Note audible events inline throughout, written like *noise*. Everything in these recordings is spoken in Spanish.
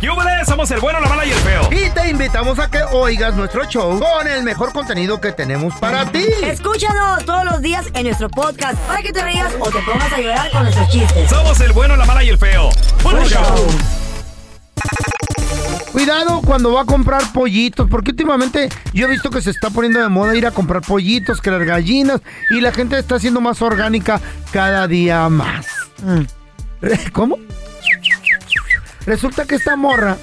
¡Yúbele! Somos el bueno, la mala y el feo. Y te invitamos a que oigas nuestro show con el mejor contenido que tenemos para ti. Escúchanos todos los días en nuestro podcast para que te rías o te pongas a llorar con nuestros chistes. Somos el bueno, la mala y el feo. ¡Puro show! Cuidado cuando va a comprar pollitos, porque últimamente yo he visto que se está poniendo de moda ir a comprar pollitos, que las gallinas, y la gente está siendo más orgánica cada día más. Mm. ¿Cómo? Resulta que esta morra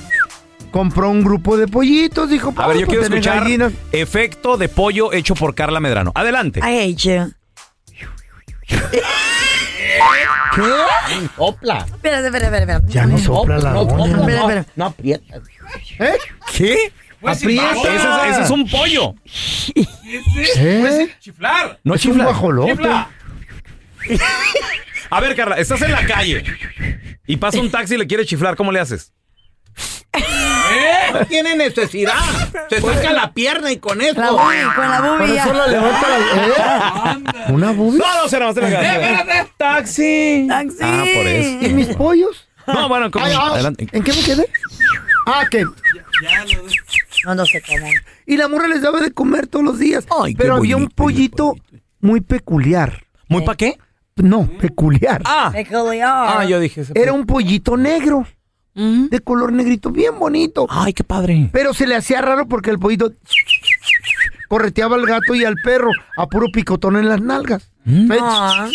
compró un grupo de pollitos, dijo, A ver, "Vamos yo quiero tener escuchar gallinas". efecto de pollo hecho por Carla Medrano. Adelante. I hate you. ¿Qué? Sopla. Espérate, espérate, espérate. Ya no sopla la No, olla. sopla, Espera, no, espera. no aprietas. ¿Eh? ¿Qué? Aprieta. Eso Pues es, eso es un pollo. ¿Eh? Chiflar. No Es un chifla. guajolote. Chifla. A ver, Carla, estás en la calle y pasa un taxi y le quiere chiflar. ¿Cómo le haces? No tiene necesidad. Se saca la pierna y con La eso. bubi, con la bubi Pero ya. solo levanta la... ¿Eh? ¿Una bubi? No, no, se nada más te la espérate. ¡Taxi! Taxi. Ah, por eso. ¿Y mis pollos? No, bueno, como- Ay, ah, adelante. ¿En qué me quedé? Ah, que... No, no se cómo. Y la morra les daba de comer todos los días. Ay, qué pero había un bonito, pollito muy peculiar. ¿Muy pa' qué? No, peculiar. Ah, Peculiar. ah, yo dije ese Era un pollito negro, Mm-hmm. de color negrito, bien bonito. Ay, qué padre. Pero se le hacía raro porque el pollito correteaba al gato y al perro a puro picotón en las nalgas. Mm. ¿Ves? Ah.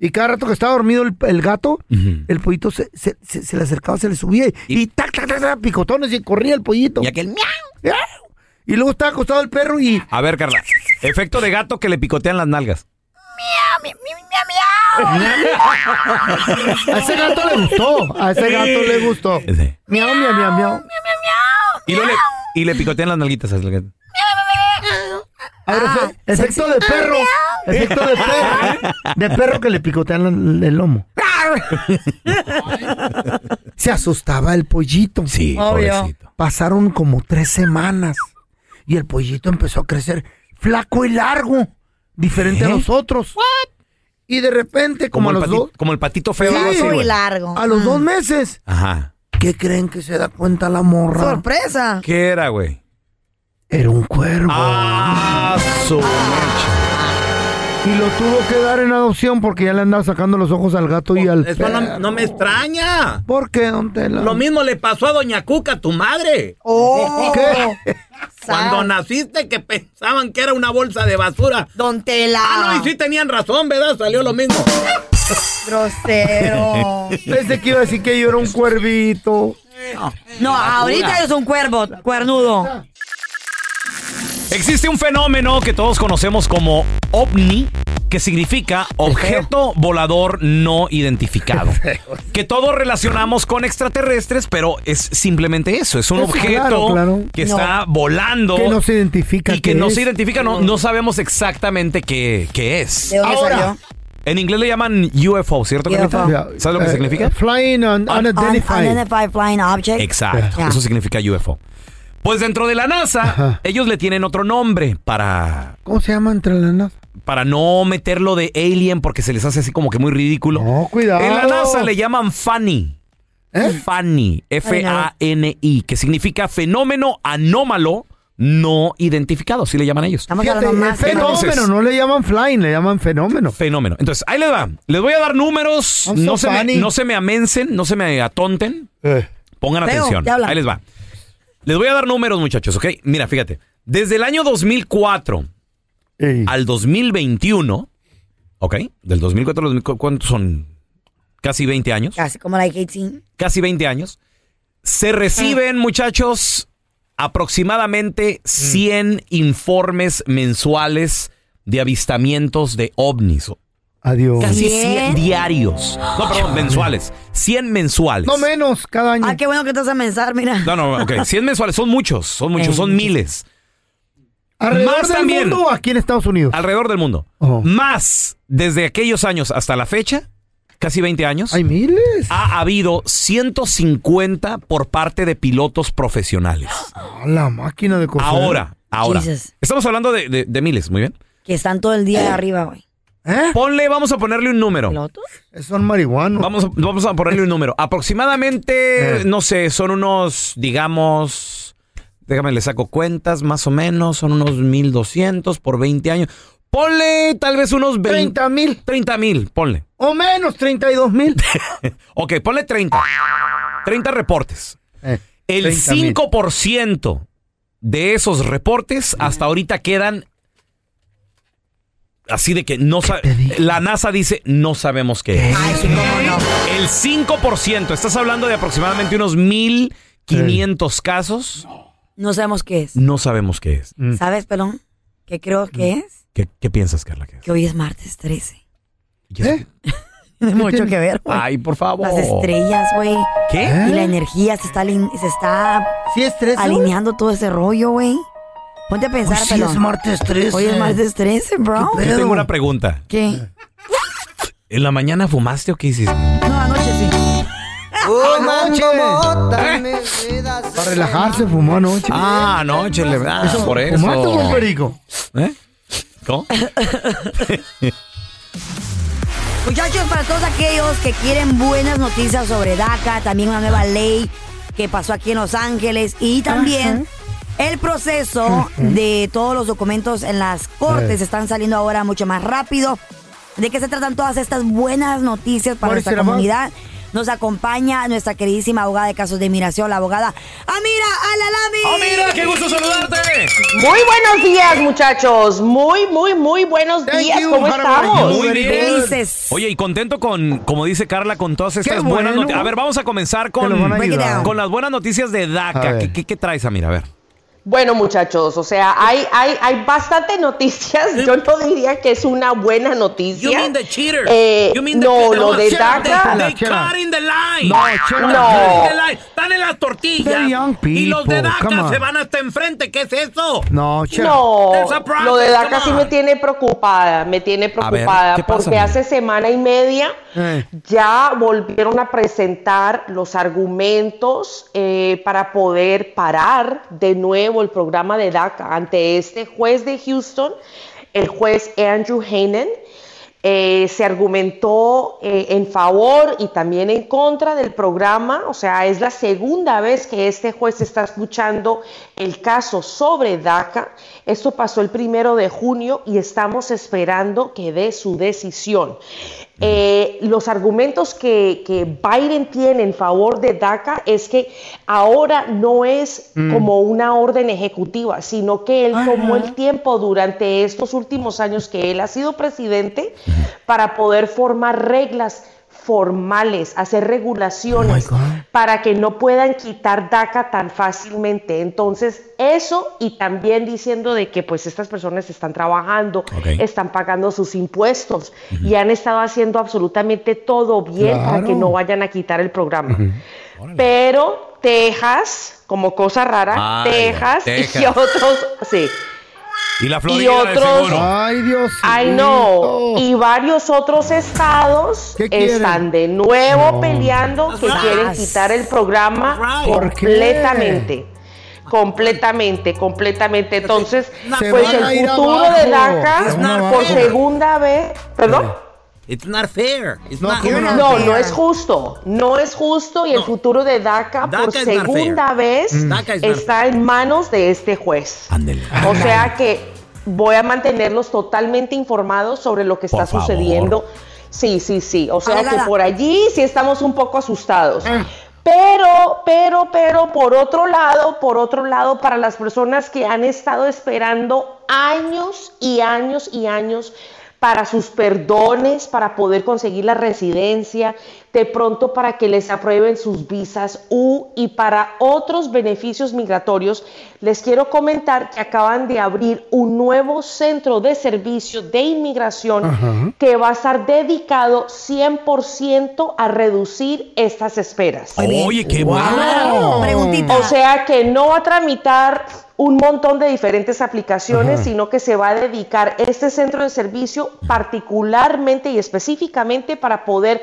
Y cada rato que estaba dormido el, el gato, el pollito se, se- se- se le acercaba, se le subía y, y tac, tac, tac, tac, picotones y corría el pollito. Y aquel miau. ¡Miau! Y luego estaba acostado el perro y... A ver, Carla. Efecto de gato que le picotean las nalgas. A ese gato le gustó, a ese gato le gustó. Ese. Miau, miau, miau, miau. Y, luego le, y le picotean las nalguitas al gato. A ver, efe- efecto de perro. Efecto de perro. De perro que le picotean el, el lomo. Se asustaba el pollito. Oh, Sí, Obvio. pobrecito. Pasaron como tres semanas y el pollito empezó a crecer flaco y largo, diferente a ¿Eh? los otros. Y de repente, como, Como, a el los patito, dos, como el patito feo. Sí. algo así, Muy güey. largo. a los dos meses, Ajá. ¿qué creen que se da cuenta la morra? Sorpresa. ¿Qué era, güey? Era un cuervo. Ah, su mecha. Y lo tuvo que dar en adopción porque ya le andaba sacando los ojos al gato y al Eso perro. no, no me extraña. ¿Por qué, don Tela? Lo mismo le pasó a Doña Cuca, tu madre. Oh. ¿Qué? Cuando Sal. naciste que pensaban que era una bolsa de basura. Don Tela. Ah, no, y sí tenían razón, ¿verdad? Salió lo mismo. Grosero. Pensé que iba a decir que yo era un cuervito. No, ahorita eres un cuervo, cuernudo. Existe un fenómeno que todos conocemos como ovni, que significa objeto volador no identificado. Que todos relacionamos con extraterrestres, pero es simplemente eso, es un Sí, objeto claro, claro. que No. está volando Que no se identifica y que qué no es. se identifica, no, no sabemos exactamente qué, qué es. ¿De dónde Ahora. salió? En inglés le llaman UFO, ¿cierto, Carlita? UFO. ¿Sabes lo que Eh, significa? Flying un- unidentified. Unidentified flying object. Exacto, Ya. eso significa UFO. Pues dentro de la NASA, Ajá. ellos le tienen otro nombre para ¿Cómo se llama entre las NASA? para no meterlo de alien porque se les hace así como que muy ridículo. No, cuidado. En la NASA le llaman FANI. ¿Eh? FANI, F-A-N-I, que significa fenómeno anómalo no identificado, así le llaman ellos. Estamos Fíjate, hablando el más. fenómeno, Entonces- no le llaman flying, le llaman fenómeno. Fenómeno. Entonces, ahí les va. Les voy a dar números. I'm so No se, me, funny. no se me amencen, no se me atonten. Eh, Pongan Feo, atención. te hablan. Ahí les va. Les voy a dar números, muchachos, ¿ok? Mira, fíjate. Desde el año 2004 ey. al 2021, ¿ok? Del 2004 al 2004, ¿cuántos son? Casi 20 años. Casi como like 18. Mm. casi 20 años, se reciben, muchachos, aproximadamente 100 informes mensuales de avistamientos de ovnis. Adiós. Casi ¿Cien? 100 diarios. No, perdón, mensuales. 100 mensuales. No menos cada año. Ah, qué bueno que estás a pensar, mira. No, no, ok. 100 mensuales. Son muchos, son muchos, son miles. ¿Alrededor más del también. mundo o aquí en Estados Unidos? Alrededor del mundo. Oh. Más desde aquellos años hasta la fecha, casi 20 años, Hay miles. ha habido 150 por parte de pilotos profesionales. Ah, la máquina de coser. Ahora, ahora. Jesus. Estamos hablando de, de- de miles, muy bien. Que están todo el día arriba, güey. ¿Eh? Ponle, vamos a ponerle un número. ¿Lotus? Son marihuanos. Vamos, a- vamos a ponerle un número. Aproximadamente, Eh. no sé, son unos, digamos, déjame le saco cuentas, más o menos, son unos 1200 por 20 años. Ponle tal vez unos 20, 30 mil 30 mil, ponle. o menos *laughs* 32 mil. Ok, ponle 30. 30 reportes. Eh, El 30,000. 5% de esos reportes hasta ahorita quedan así de que no sa- te dije? La NASA dice, no sabemos qué es. Ay, sí, cómo no. El 5%, estás hablando de aproximadamente unos 1500 casos. No sabemos qué es. No sabemos qué es. Mm. ¿Sabes, pelón? ¿Qué creo que es? ¿Qué, qué piensas, Carla? que es? Que hoy es *laughs* martes 13. ¿Y eso ¿Eh? qué? Tiene mucho tiene? que ver, güey. Ay, por favor. Las estrellas, güey. ¿Qué? ¿Eh? Y la energía se está, alin- se está Sí es 13. alineando todo ese rollo, güey. Ponte a Hoy pensar, Pues sí es pelón. martes 13. hoy es martes 13, bro. Yo tengo una pregunta. ¿Qué? ¿En la mañana fumaste o qué hiciste? No, anoche sí. Oh, *laughs* ¿Eh? Para relajarse fumó anoche. Ah, no, chele, ah, por eso. ¿Fumaste buen perico? ¿Eh? ¿Cómo? Muchachos, Pues para todos aquellos que quieren buenas noticias sobre DACA, también una nueva ley que pasó aquí en Los Ángeles y también el proceso de todos los documentos en las cortes Ajá. están saliendo ahora mucho más rápido. ¿De qué se tratan todas estas buenas noticias para Mauricio nuestra Ramón. comunidad? Nos acompaña nuestra queridísima abogada de casos de inmigración, la abogada Amira Alalami. ¡Oh, mira! ¡Qué gusto saludarte! Muy buenos días, muchachos. Muy, muy, muy buenos Thank días. you, ¿Cómo Harvard. estamos? Muy bien. Felices. Oye, y contento con, como dice Carla, con todas estas bueno. buenas noticias. A ver, vamos a comenzar Que nos van a con, Break it ayudar. down. con las buenas noticias de A DACA. ver. ¿Qué, qué, qué traes, Amira? A ver. Bueno, muchachos, o sea, hay, hay, hay bastante noticias. Yo no diría que es una buena noticia. Eh. You mean the cheater. Eh, you mean the no, cheater. lo de Cheater, DACA. They, they Chela. cut in the line. No, chela. *laughs* No. In the line. Están en las tortillas. They're young y los de people, come DACA on. se van hasta enfrente. ¿Qué es eso? No, chela. No, There's a problem, lo de come DACA sí on. me tiene preocupada, me tiene ver, preocupada, ¿qué pasa, porque amiga? hace semana y media Eh. ya volvieron a presentar los argumentos eh, para poder parar de nuevo el programa de DACA ante este juez de Houston, el juez Andrew Hanen. eh, se argumentó eh, en favor y también en contra del programa, o sea, es la segunda vez que este juez está escuchando el caso sobre DACA. Esto pasó el primero de junio y estamos esperando que dé su decisión. Eh, los argumentos que, que Biden tiene en favor de DACA es que ahora no es como una orden ejecutiva, sino que él tomó el tiempo durante estos últimos años que él ha sido presidente para poder formar reglas formales, hacer regulaciones Oh my God. para que no puedan quitar DACA tan fácilmente. Entonces, eso y también diciendo de que pues estas personas están trabajando, Ok. están pagando sus impuestos y han estado haciendo absolutamente todo bien para que Claro. no vayan a quitar el programa. Pero Texas, como cosa rara, Ah, ya, Texas, y Texas. otros, sí. Y la Y Florida de otros- seguro. Ah, Ay, Dios. Ay, no. Y varios otros estados Oh. ¿Qué quieren? están de nuevo peleando que That's quieren right. quitar el programa That's right. ¿Por qué? completamente. Completamente, completamente. Entonces, Se pues van a ir el futuro abajo. de DACA Se van abajo. por segunda vez, perdón. It's not fair. It's No, not ¿cómo fair. no? Ah, No, fair. no es justo. No es justo y el No. futuro de DACA, por DACA is not fair. segunda vez DACA is not está en manos de este juez. Ándele. O sea que voy a mantenerlos totalmente informados sobre lo que Por está favor. sucediendo. Sí, sí, sí. O sea Abogada. que por allí sí estamos un poco asustados. Pero, pero, pero, por otro lado, por otro lado, para las personas que han estado esperando años y años y años para sus perdones, para poder conseguir la residencia, de pronto para que les aprueben sus visas U y para otros beneficios migratorios, les quiero comentar que acaban de abrir un nuevo centro de servicio de inmigración Ajá. que va a estar dedicado 100% a reducir estas esperas. Oye, qué Wow. bueno. Ah, Preguntita. O sea que no va a tramitar un montón de diferentes aplicaciones, Ajá. sino que se va a dedicar este centro de servicio particularmente y específicamente para poder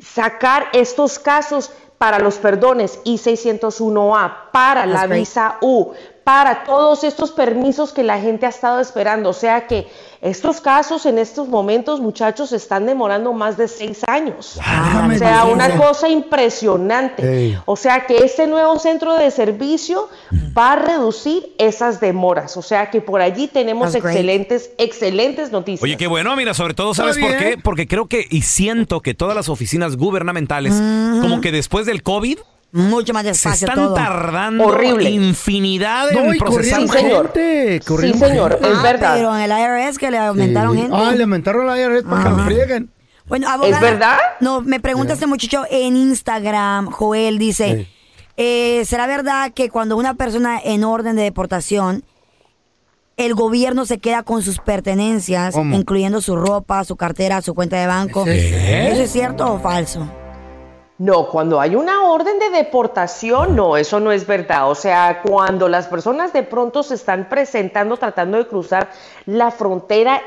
sacar estos casos para los perdones I-601A, para la That's great. visa U, para todos estos permisos que la gente ha estado esperando. O sea que estos casos en estos momentos, muchachos, se están demorando más de seis años. Ah, o sea, me una digas. cosa impresionante. Ey. O sea que este nuevo centro de servicio va a reducir esas demoras. O sea que por allí tenemos That's great. excelentes, excelentes noticias. Oye, qué bueno, mira, sobre todo, ¿sabes Está por bien. qué? Porque creo que y siento que todas las oficinas gubernamentales, como que después del COVID, Mucho más se despacio están todo. tardando Horrible. infinidad No, en y procesar. corrieron Sí, señor. gente. sí, corrieron señor, gente. es Ah, verdad. Pero en el IRS que le aumentaron Sí. gente. Ah. Ah, le aumentaron la IRS para que Ajá. lo frieguen. Bueno, abogada, ¿Es verdad? No, me pregunta este muchacho en Instagram, Joel, dice, eh, ¿será verdad que cuando una persona en orden de deportación, el gobierno se queda con sus pertenencias, ¿Cómo? incluyendo su ropa, su cartera, su cuenta de banco? ¿Qué? ¿Eso es cierto o falso? No, cuando hay una orden de deportación, no, eso no es verdad. O sea, cuando las personas de pronto se están presentando, tratando de cruzar la frontera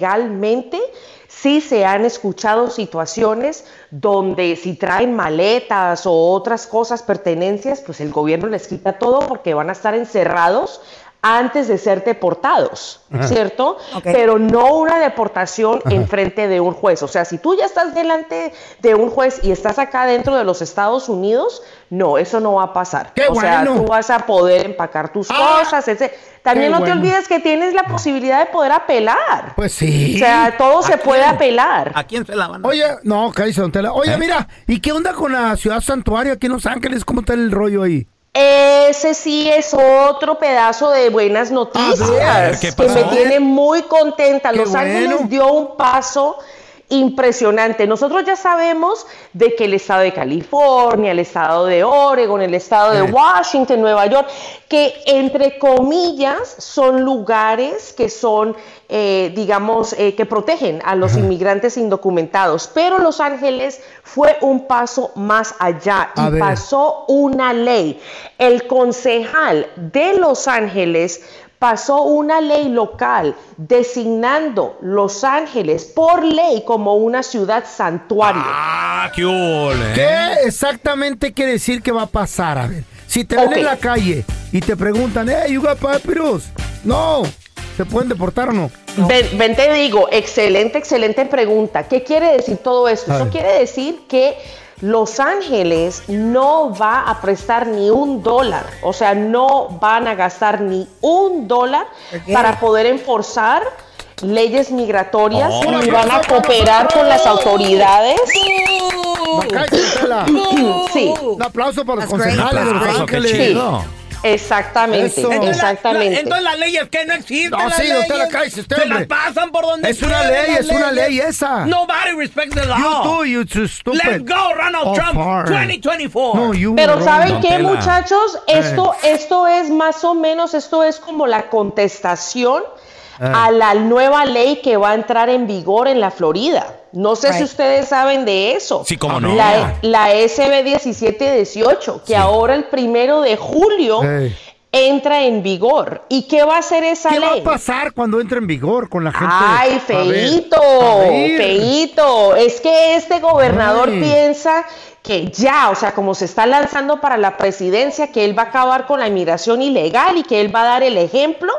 ilegalmente, sí se han escuchado situaciones donde si traen maletas o otras cosas, pertenencias, pues el gobierno les quita todo porque van a estar encerrados antes de ser deportados, ¿cierto? Ok. Pero no una deportación en frente de un juez. O sea, si tú ya estás delante de un juez y estás acá dentro de los Estados Unidos, no, eso no va a pasar. ¡Qué o sea, bueno! tú vas a poder empacar tus Ah, cosas, etc. También qué no bueno. te olvides que tienes la posibilidad de poder apelar. Pues sí. o sea, todo se puede apelar. ¿A quién se la van a Oye, no, cállese, don Tela. Oye, ¿Eh? mira, ¿y qué onda con la ciudad santuario aquí en Los Ángeles? ¿Cómo está el rollo ahí? Ese sí es otro pedazo de Ah, buenas ver, noticias ¿qué que me pasó? tiene muy contenta. Qué Los Ángeles bueno. dio un paso impresionante. Nosotros ya sabemos de que el estado de California, el estado de Oregon, el estado de Eh. Washington, Nueva York, que entre comillas son lugares que son, eh, digamos, eh, que protegen a los inmigrantes indocumentados. Pero Los Ángeles fue un paso más allá A y ver. pasó pasó una ley. El concejal de Los Ángeles pasó una ley local designando Los Ángeles por ley como una ciudad santuario. Ah, qué ole. ¿Qué exactamente quiere decir que va a pasar? A ver, si te Ok. ven en la calle y te preguntan, hey, you got papyrus? No, ¿te pueden deportar o no? Ven, ven, te digo, excelente, excelente pregunta. ¿Qué quiere decir todo esto? A Eso ver. quiere decir que Los Ángeles no va a prestar ni un dólar, o sea, no van a gastar ni un dólar Ok. para poder enforzar leyes migratorias Oh, y qué van a cooperar con las autoridades. Cállese, Tela. Oh. Sí, Un aplauso para los That's great. concejales de Los Aplauso, qué Ángeles. chido. exactamente, Eso. Entonces la- exactamente. entonces las leyes que no existen. No, las sí, usted la leyes, cállese, usted, Se hombre. las pasan por donde Es una quieren ley, las es una leyes. ley esa. Nobody respects the law. You too, you too stupid. Let's go, Ronald Oh, Trump far. 2024. No, you Pero wrong. ¿saben Don qué, Tela. muchachos? Esto, esto es más o menos, esto es como la contestación a la nueva ley que va a entrar en vigor en la Florida. No sé si Right. ustedes saben de eso. Sí, cómo no. La, la SB 1718, que ahora el primero de julio Ey. entra en vigor. ¿Y qué va a hacer esa ¿Qué va ley? a pasar cuando entre en vigor con la gente? Ay, A ver, feíto, a ver. feíto. Es que este gobernador Ay. piensa que ya, o sea, como se está lanzando para la presidencia, que él va a acabar con la inmigración ilegal y que él va a dar el ejemplo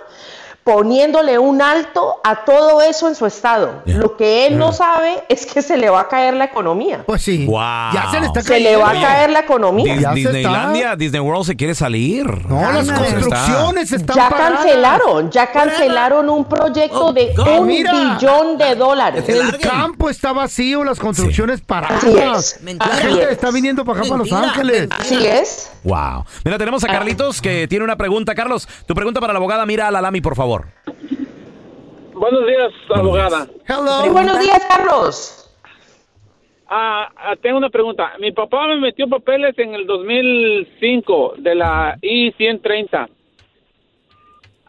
poniéndole un alto a todo eso en su estado. Ya. Lo que él no sabe es que se le va a caer la economía. Pues sí. Wow. Ya se le está Se le va a Oye, caer la economía. Dis- Ya se Disneylandia, Disney World se quiere salir. No, las Ándale. construcciones están Ya paradas. Oh, cancelaron, ya cancelaron un proyecto de God, un mira. billón de dólares. Que se El larguen. campo está vacío, las construcciones paradas. Así es. La Mentira. gente está viniendo para acá, para Los Mentira, Ángeles. mentira. Así es. Wow. Mira, tenemos a Carlitos que tiene una pregunta. Carlos, tu pregunta para la abogada, mira a la Lami, por favor. Buenos días, abogada. Muy Hello. buenos días, Carlos. Ah, ah, tengo una pregunta. Mi papá me metió papeles en el 2005 de la I-130.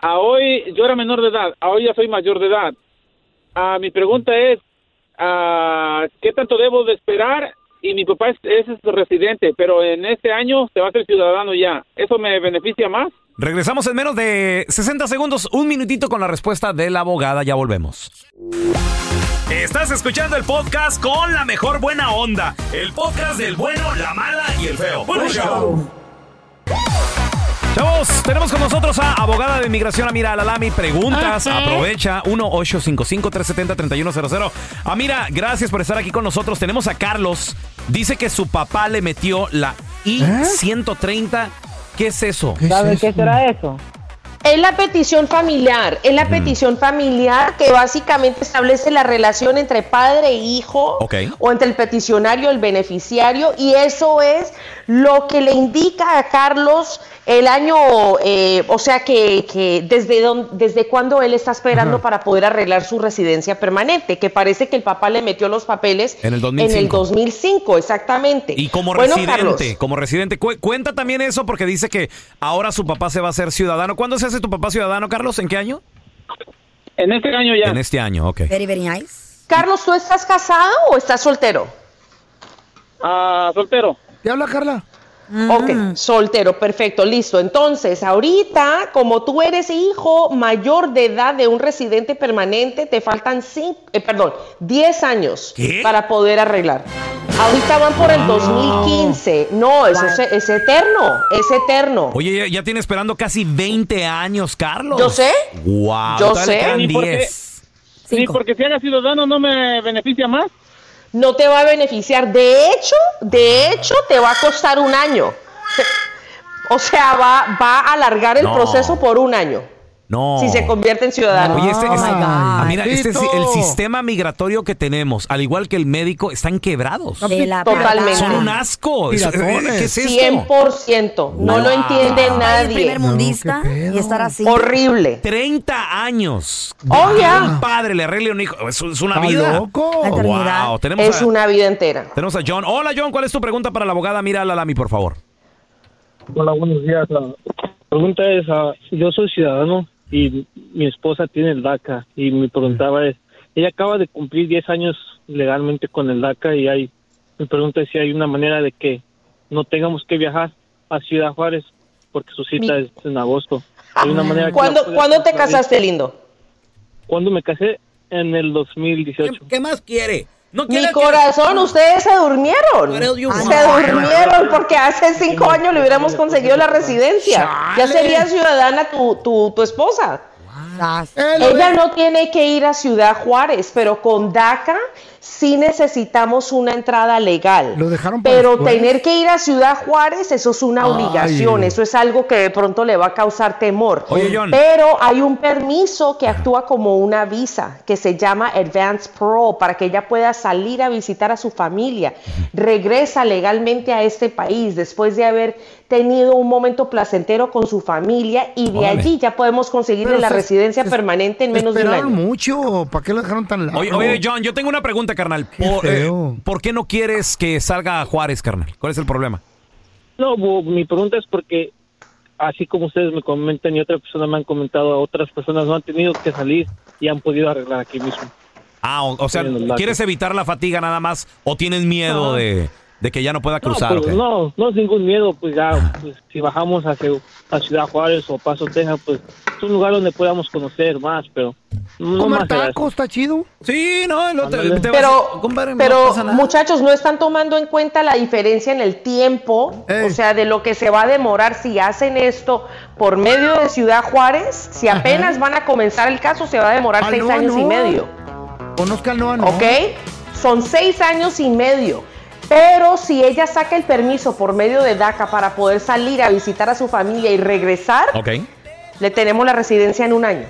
A hoy yo era menor de edad, a hoy ya soy mayor de edad. Ah, mi pregunta es, ah, ¿qué tanto debo de esperar? Y mi papá es, es residente, pero en este año se va a ser ciudadano ya. ¿Eso me beneficia más? Regresamos en menos de 60 segundos, un minutito con la respuesta de la abogada. Ya volvemos. Estás escuchando el podcast con la mejor buena onda. El podcast del bueno, la mala y el feo. Tenemos, tenemos con nosotros a abogada de inmigración Amira Alalami. Preguntas, Ajá. aprovecha 1-855-370-3100. Amira, gracias por estar aquí con nosotros. Tenemos a Carlos. Dice que su papá le metió la I-130. ¿Qué es eso? ¿Sabes qué será eso? Es la petición familiar, es la Mm. petición familiar que básicamente establece la relación entre padre e hijo Ok. o entre el peticionario y el beneficiario y eso es lo que le indica a Carlos el año, eh, o sea que, que desde, don- desde cuándo él está esperando para poder arreglar su residencia permanente, que parece que el papá le metió los papeles En el en el 2005. 2005 exactamente. Y como Bueno, residente, Carlos, como residente, cu- cuenta también eso porque dice que ahora su papá se va a hacer ciudadano. ¿Cuándo se hace tu papá ciudadano, Carlos? ¿En qué año? En este año ya. En este año, ok. Eh. Very, very nice. Carlos, ¿tú estás casado o estás soltero? Ah, soltero. ¿Te habla, Carla? Ok, soltero, perfecto, listo. Entonces, ahorita, como tú eres hijo mayor de edad de un residente permanente, te faltan cinco, eh, perdón, 10 años ¿Qué? Ah. para poder arreglar. Ahorita van por el 2015. No, eso es, es eterno, es eterno. Oye, ya, ya tiene esperando casi 20 años, Carlos. Yo sé. Wow. Yo todavía sé. le quedan ¿Y por qué? 10. Sí, Cinco. porque si haga ciudadano no me beneficia más. No te va a beneficiar. De hecho, de hecho, te va a costar un año. *laughs* o sea, va, va a alargar el No. proceso por un añño No. si se convierte en ciudadano. Oye, este, Oh, este- my God. ah, mira, este es Tito. el sistema migratorio que tenemos, al igual que el médico, están quebrados. De la Totalmente. Son patada. un asco. Eso- eh, Piratones. ¿Qué es esto? 100%. No Wow. lo entiende Ay, El nadie. primer mundista No, qué pedo. y estar así. Horrible. 30 años. Oh, ya. Un padre le arregle un hijo. Es, es una ¿Está vida. loco? La eternidad. Wow. Tenemos, Es a, una vida entera. tenemos a John. Hola, John. ¿Cuál es tu pregunta para la abogada? Mira, Lalami, por favor. Hola, buenos días. La pregunta es, ah, yo soy ciudadano y mi esposa tiene el DACA y mi preguntaba es, ella acaba de cumplir 10 años legalmente con el DACA y hay, mi pregunta es si hay una manera de que no tengamos que viajar a Ciudad Juárez porque su cita Mi- es en agosto. Hay una manera que ¿Cuándo, la pueda cuándo te hacer. casaste, lindo? Cuando me casé en el ¿Qué, 2018. qué más quiere? No Mi quiere que- corazón, ustedes se durmieron. Pero Dios. Se durmieron porque hace cinco años le hubiéramos conseguido la residencia. Ya sería ciudadana tu, tu, tu esposa. Sas. Él- Ella no tiene que ir a Ciudad Juárez, pero con DACA sí necesitamos una entrada legal. Lo dejaron para Pero después. tener que ir a Ciudad Juárez, eso es una obligación, eso es algo que de pronto le va a causar temor. Oye, John. Pero hay un permiso que actúa como una visa, que se llama Advance Pro, para que ella pueda salir a visitar a su familia. Regresa legalmente a este país después de haber tenido un momento placentero con su familia y de Órale. allí ya podemos conseguirle Pero la se- residencia se- permanente en se menos de un esperaron año. mucho. ¿Para qué lo dejaron tan largo? Oye, oye, John, yo tengo una pregunta, carnal. Ah, Qué Por, eh, feo. ¿por qué no quieres que salga a Juárez, carnal? ¿Cuál es el problema? No, bu- mi pregunta es porque, así como ustedes me comentan y otra persona me han comentado, otras personas no han tenido que salir y han podido arreglar aquí mismo. Ah, o, o sea, Estoy en el lago. ¿quieres evitar la fatiga nada más o tienes miedo de, de que ya no pueda No, cruzar? pues, o qué? no, no es ningún miedo, pues ya, pues, si bajamos hacia a Ciudad Juárez o Paso, Texas, pues es un lugar donde podamos conocer más, pero no Comer más era eso. tacos, está chido. Sí, no, el otro, Ándale. te vas- Pero, compadre, no pero pasa nada. muchachos, no están tomando en cuenta la diferencia en el tiempo, Ey. o sea, de lo que se va a demorar si hacen esto por medio de Ciudad Juárez. Si apenas van a comenzar el caso, se va a demorar Ah, seis no, años no. y medio. Conozca al Noa, no. ¿Ok? Son seis años y medio. Pero si ella saca el permiso por medio de DACA para poder salir a visitar a su familia y regresar, Ok. le tenemos la residencia en un año.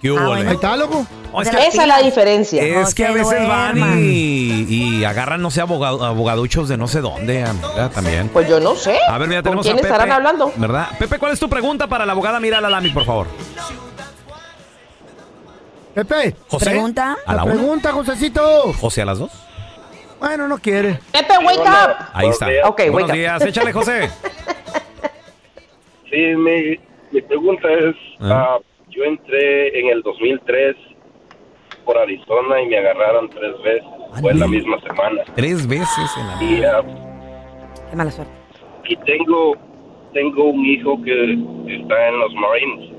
¿Qué hubo, Ah, le? Ahí está, loco. No, es que- Esa es la diferencia. Es No que a se veces van duerman. y, y agarran, no sé, abogado- abogaduchos de no sé dónde, amiga, también. Pues yo no sé. A ver, mira, ¿Con tenemos quién a Pepe. estarán hablando? ¿Verdad? Pepe, ¿cuál es tu pregunta para la abogada Mira Lalami, por favor? Pepe, José. Pregunta. A la la una. pregunta, Josecito. José, a las dos. Bueno, no quiere. Pepe, wake up. Ahí está. Ok, wake Buenos up. días. Échale, José. Sí, mi, mi pregunta es, Ah. ah, yo entré en el 2003 por Arizona y me agarraron tres veces, fue la misma semana. Tres veces en la Y, ah, Qué mala suerte. y tengo, tengo un hijo que está en los Marines.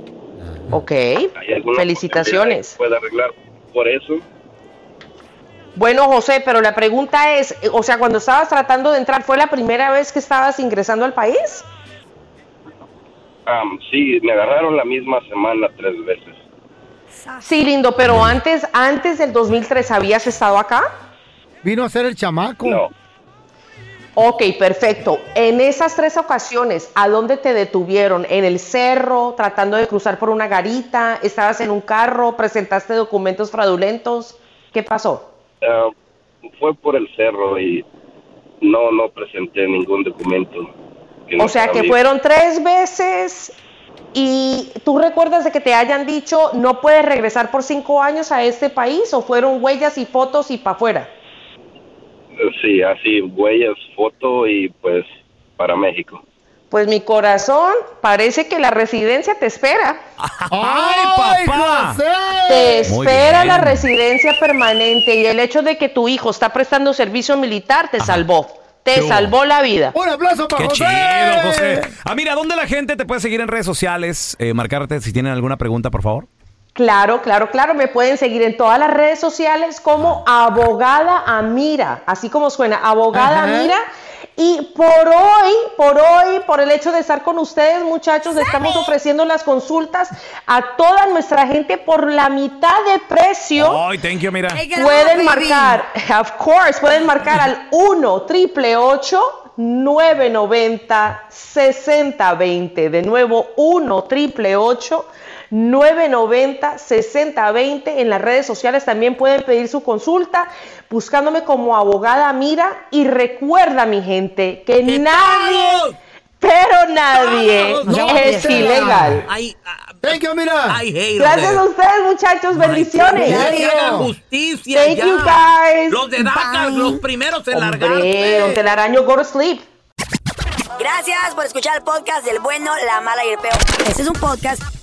Ok. ¿Hay alguna Felicitaciones. posibilidad que Pueda arreglar por eso. Bueno, José, pero la pregunta es, eh, o sea, cuando estabas tratando de entrar, ¿fue la primera vez que estabas ingresando al país? Am, ah, sí, me agarraron la misma semana tres veces. Sí, lindo, pero antes, antes del 2003, ¿habías estado acá? Vino a ser el chamaco. No, Ok, perfecto. En esas tres ocasiones, ¿a dónde te detuvieron? ¿En el cerro, tratando de cruzar por una garita? ¿Estabas en un carro? ¿Presentaste documentos fraudulentos? ¿Qué pasó? ah, fue por el cerro y no, no presenté ningún documento. que no O sea fuera que mío. fueron tres veces y tú recuerdas de que te hayan dicho no puedes regresar por cinco años a este país o fueron huellas y fotos y para afuera. Sí, así, huellas, foto y pues para México. Pues mi corazón parece que la residencia te espera. ¡Ay, papá! Te Ah, Muy espera bien. la residencia permanente y el hecho de que tu hijo está prestando servicio militar te salvó. Te hubo? salvó la vida. ¡Un aplauso para ¡Qué José! chido, José! Ah, mira, ¿dónde la gente te puede seguir en redes sociales? Eh, marcarte si tienen alguna pregunta, por favor. Claro, claro, claro. Me pueden seguir en todas las redes sociales como Abogada Amira. Así como suena, Abogada Ajá. Amira. Y por hoy, por hoy, por el hecho de estar con ustedes, muchachos, estamos ofreciendo las consultas a toda nuestra gente por la mitad de precio. ¡Ay, thank you, mira! Ay, qué Pueden baby. marcar, *laughs* of course, pueden marcar al 1 triple 990 6020. De nuevo, 1 triple 990 6020. En las redes sociales también pueden pedir su consulta buscándome como abogada Mira. Y recuerda, mi gente, que nadie, pero nadie, todos, no, es no. ilegal. Ay, ah, Thank you, mira. ay, hey, Gracias a brother. ustedes, muchachos. Ay, Bendiciones. que Thank you. hagan justicia Thank ya. you, guys. Los de DACA, Bye. los primeros en Hombre, largarse. don Telaraño, go to sleep. Gracias por escuchar el podcast del bueno, la mala y el peor. Este es un podcast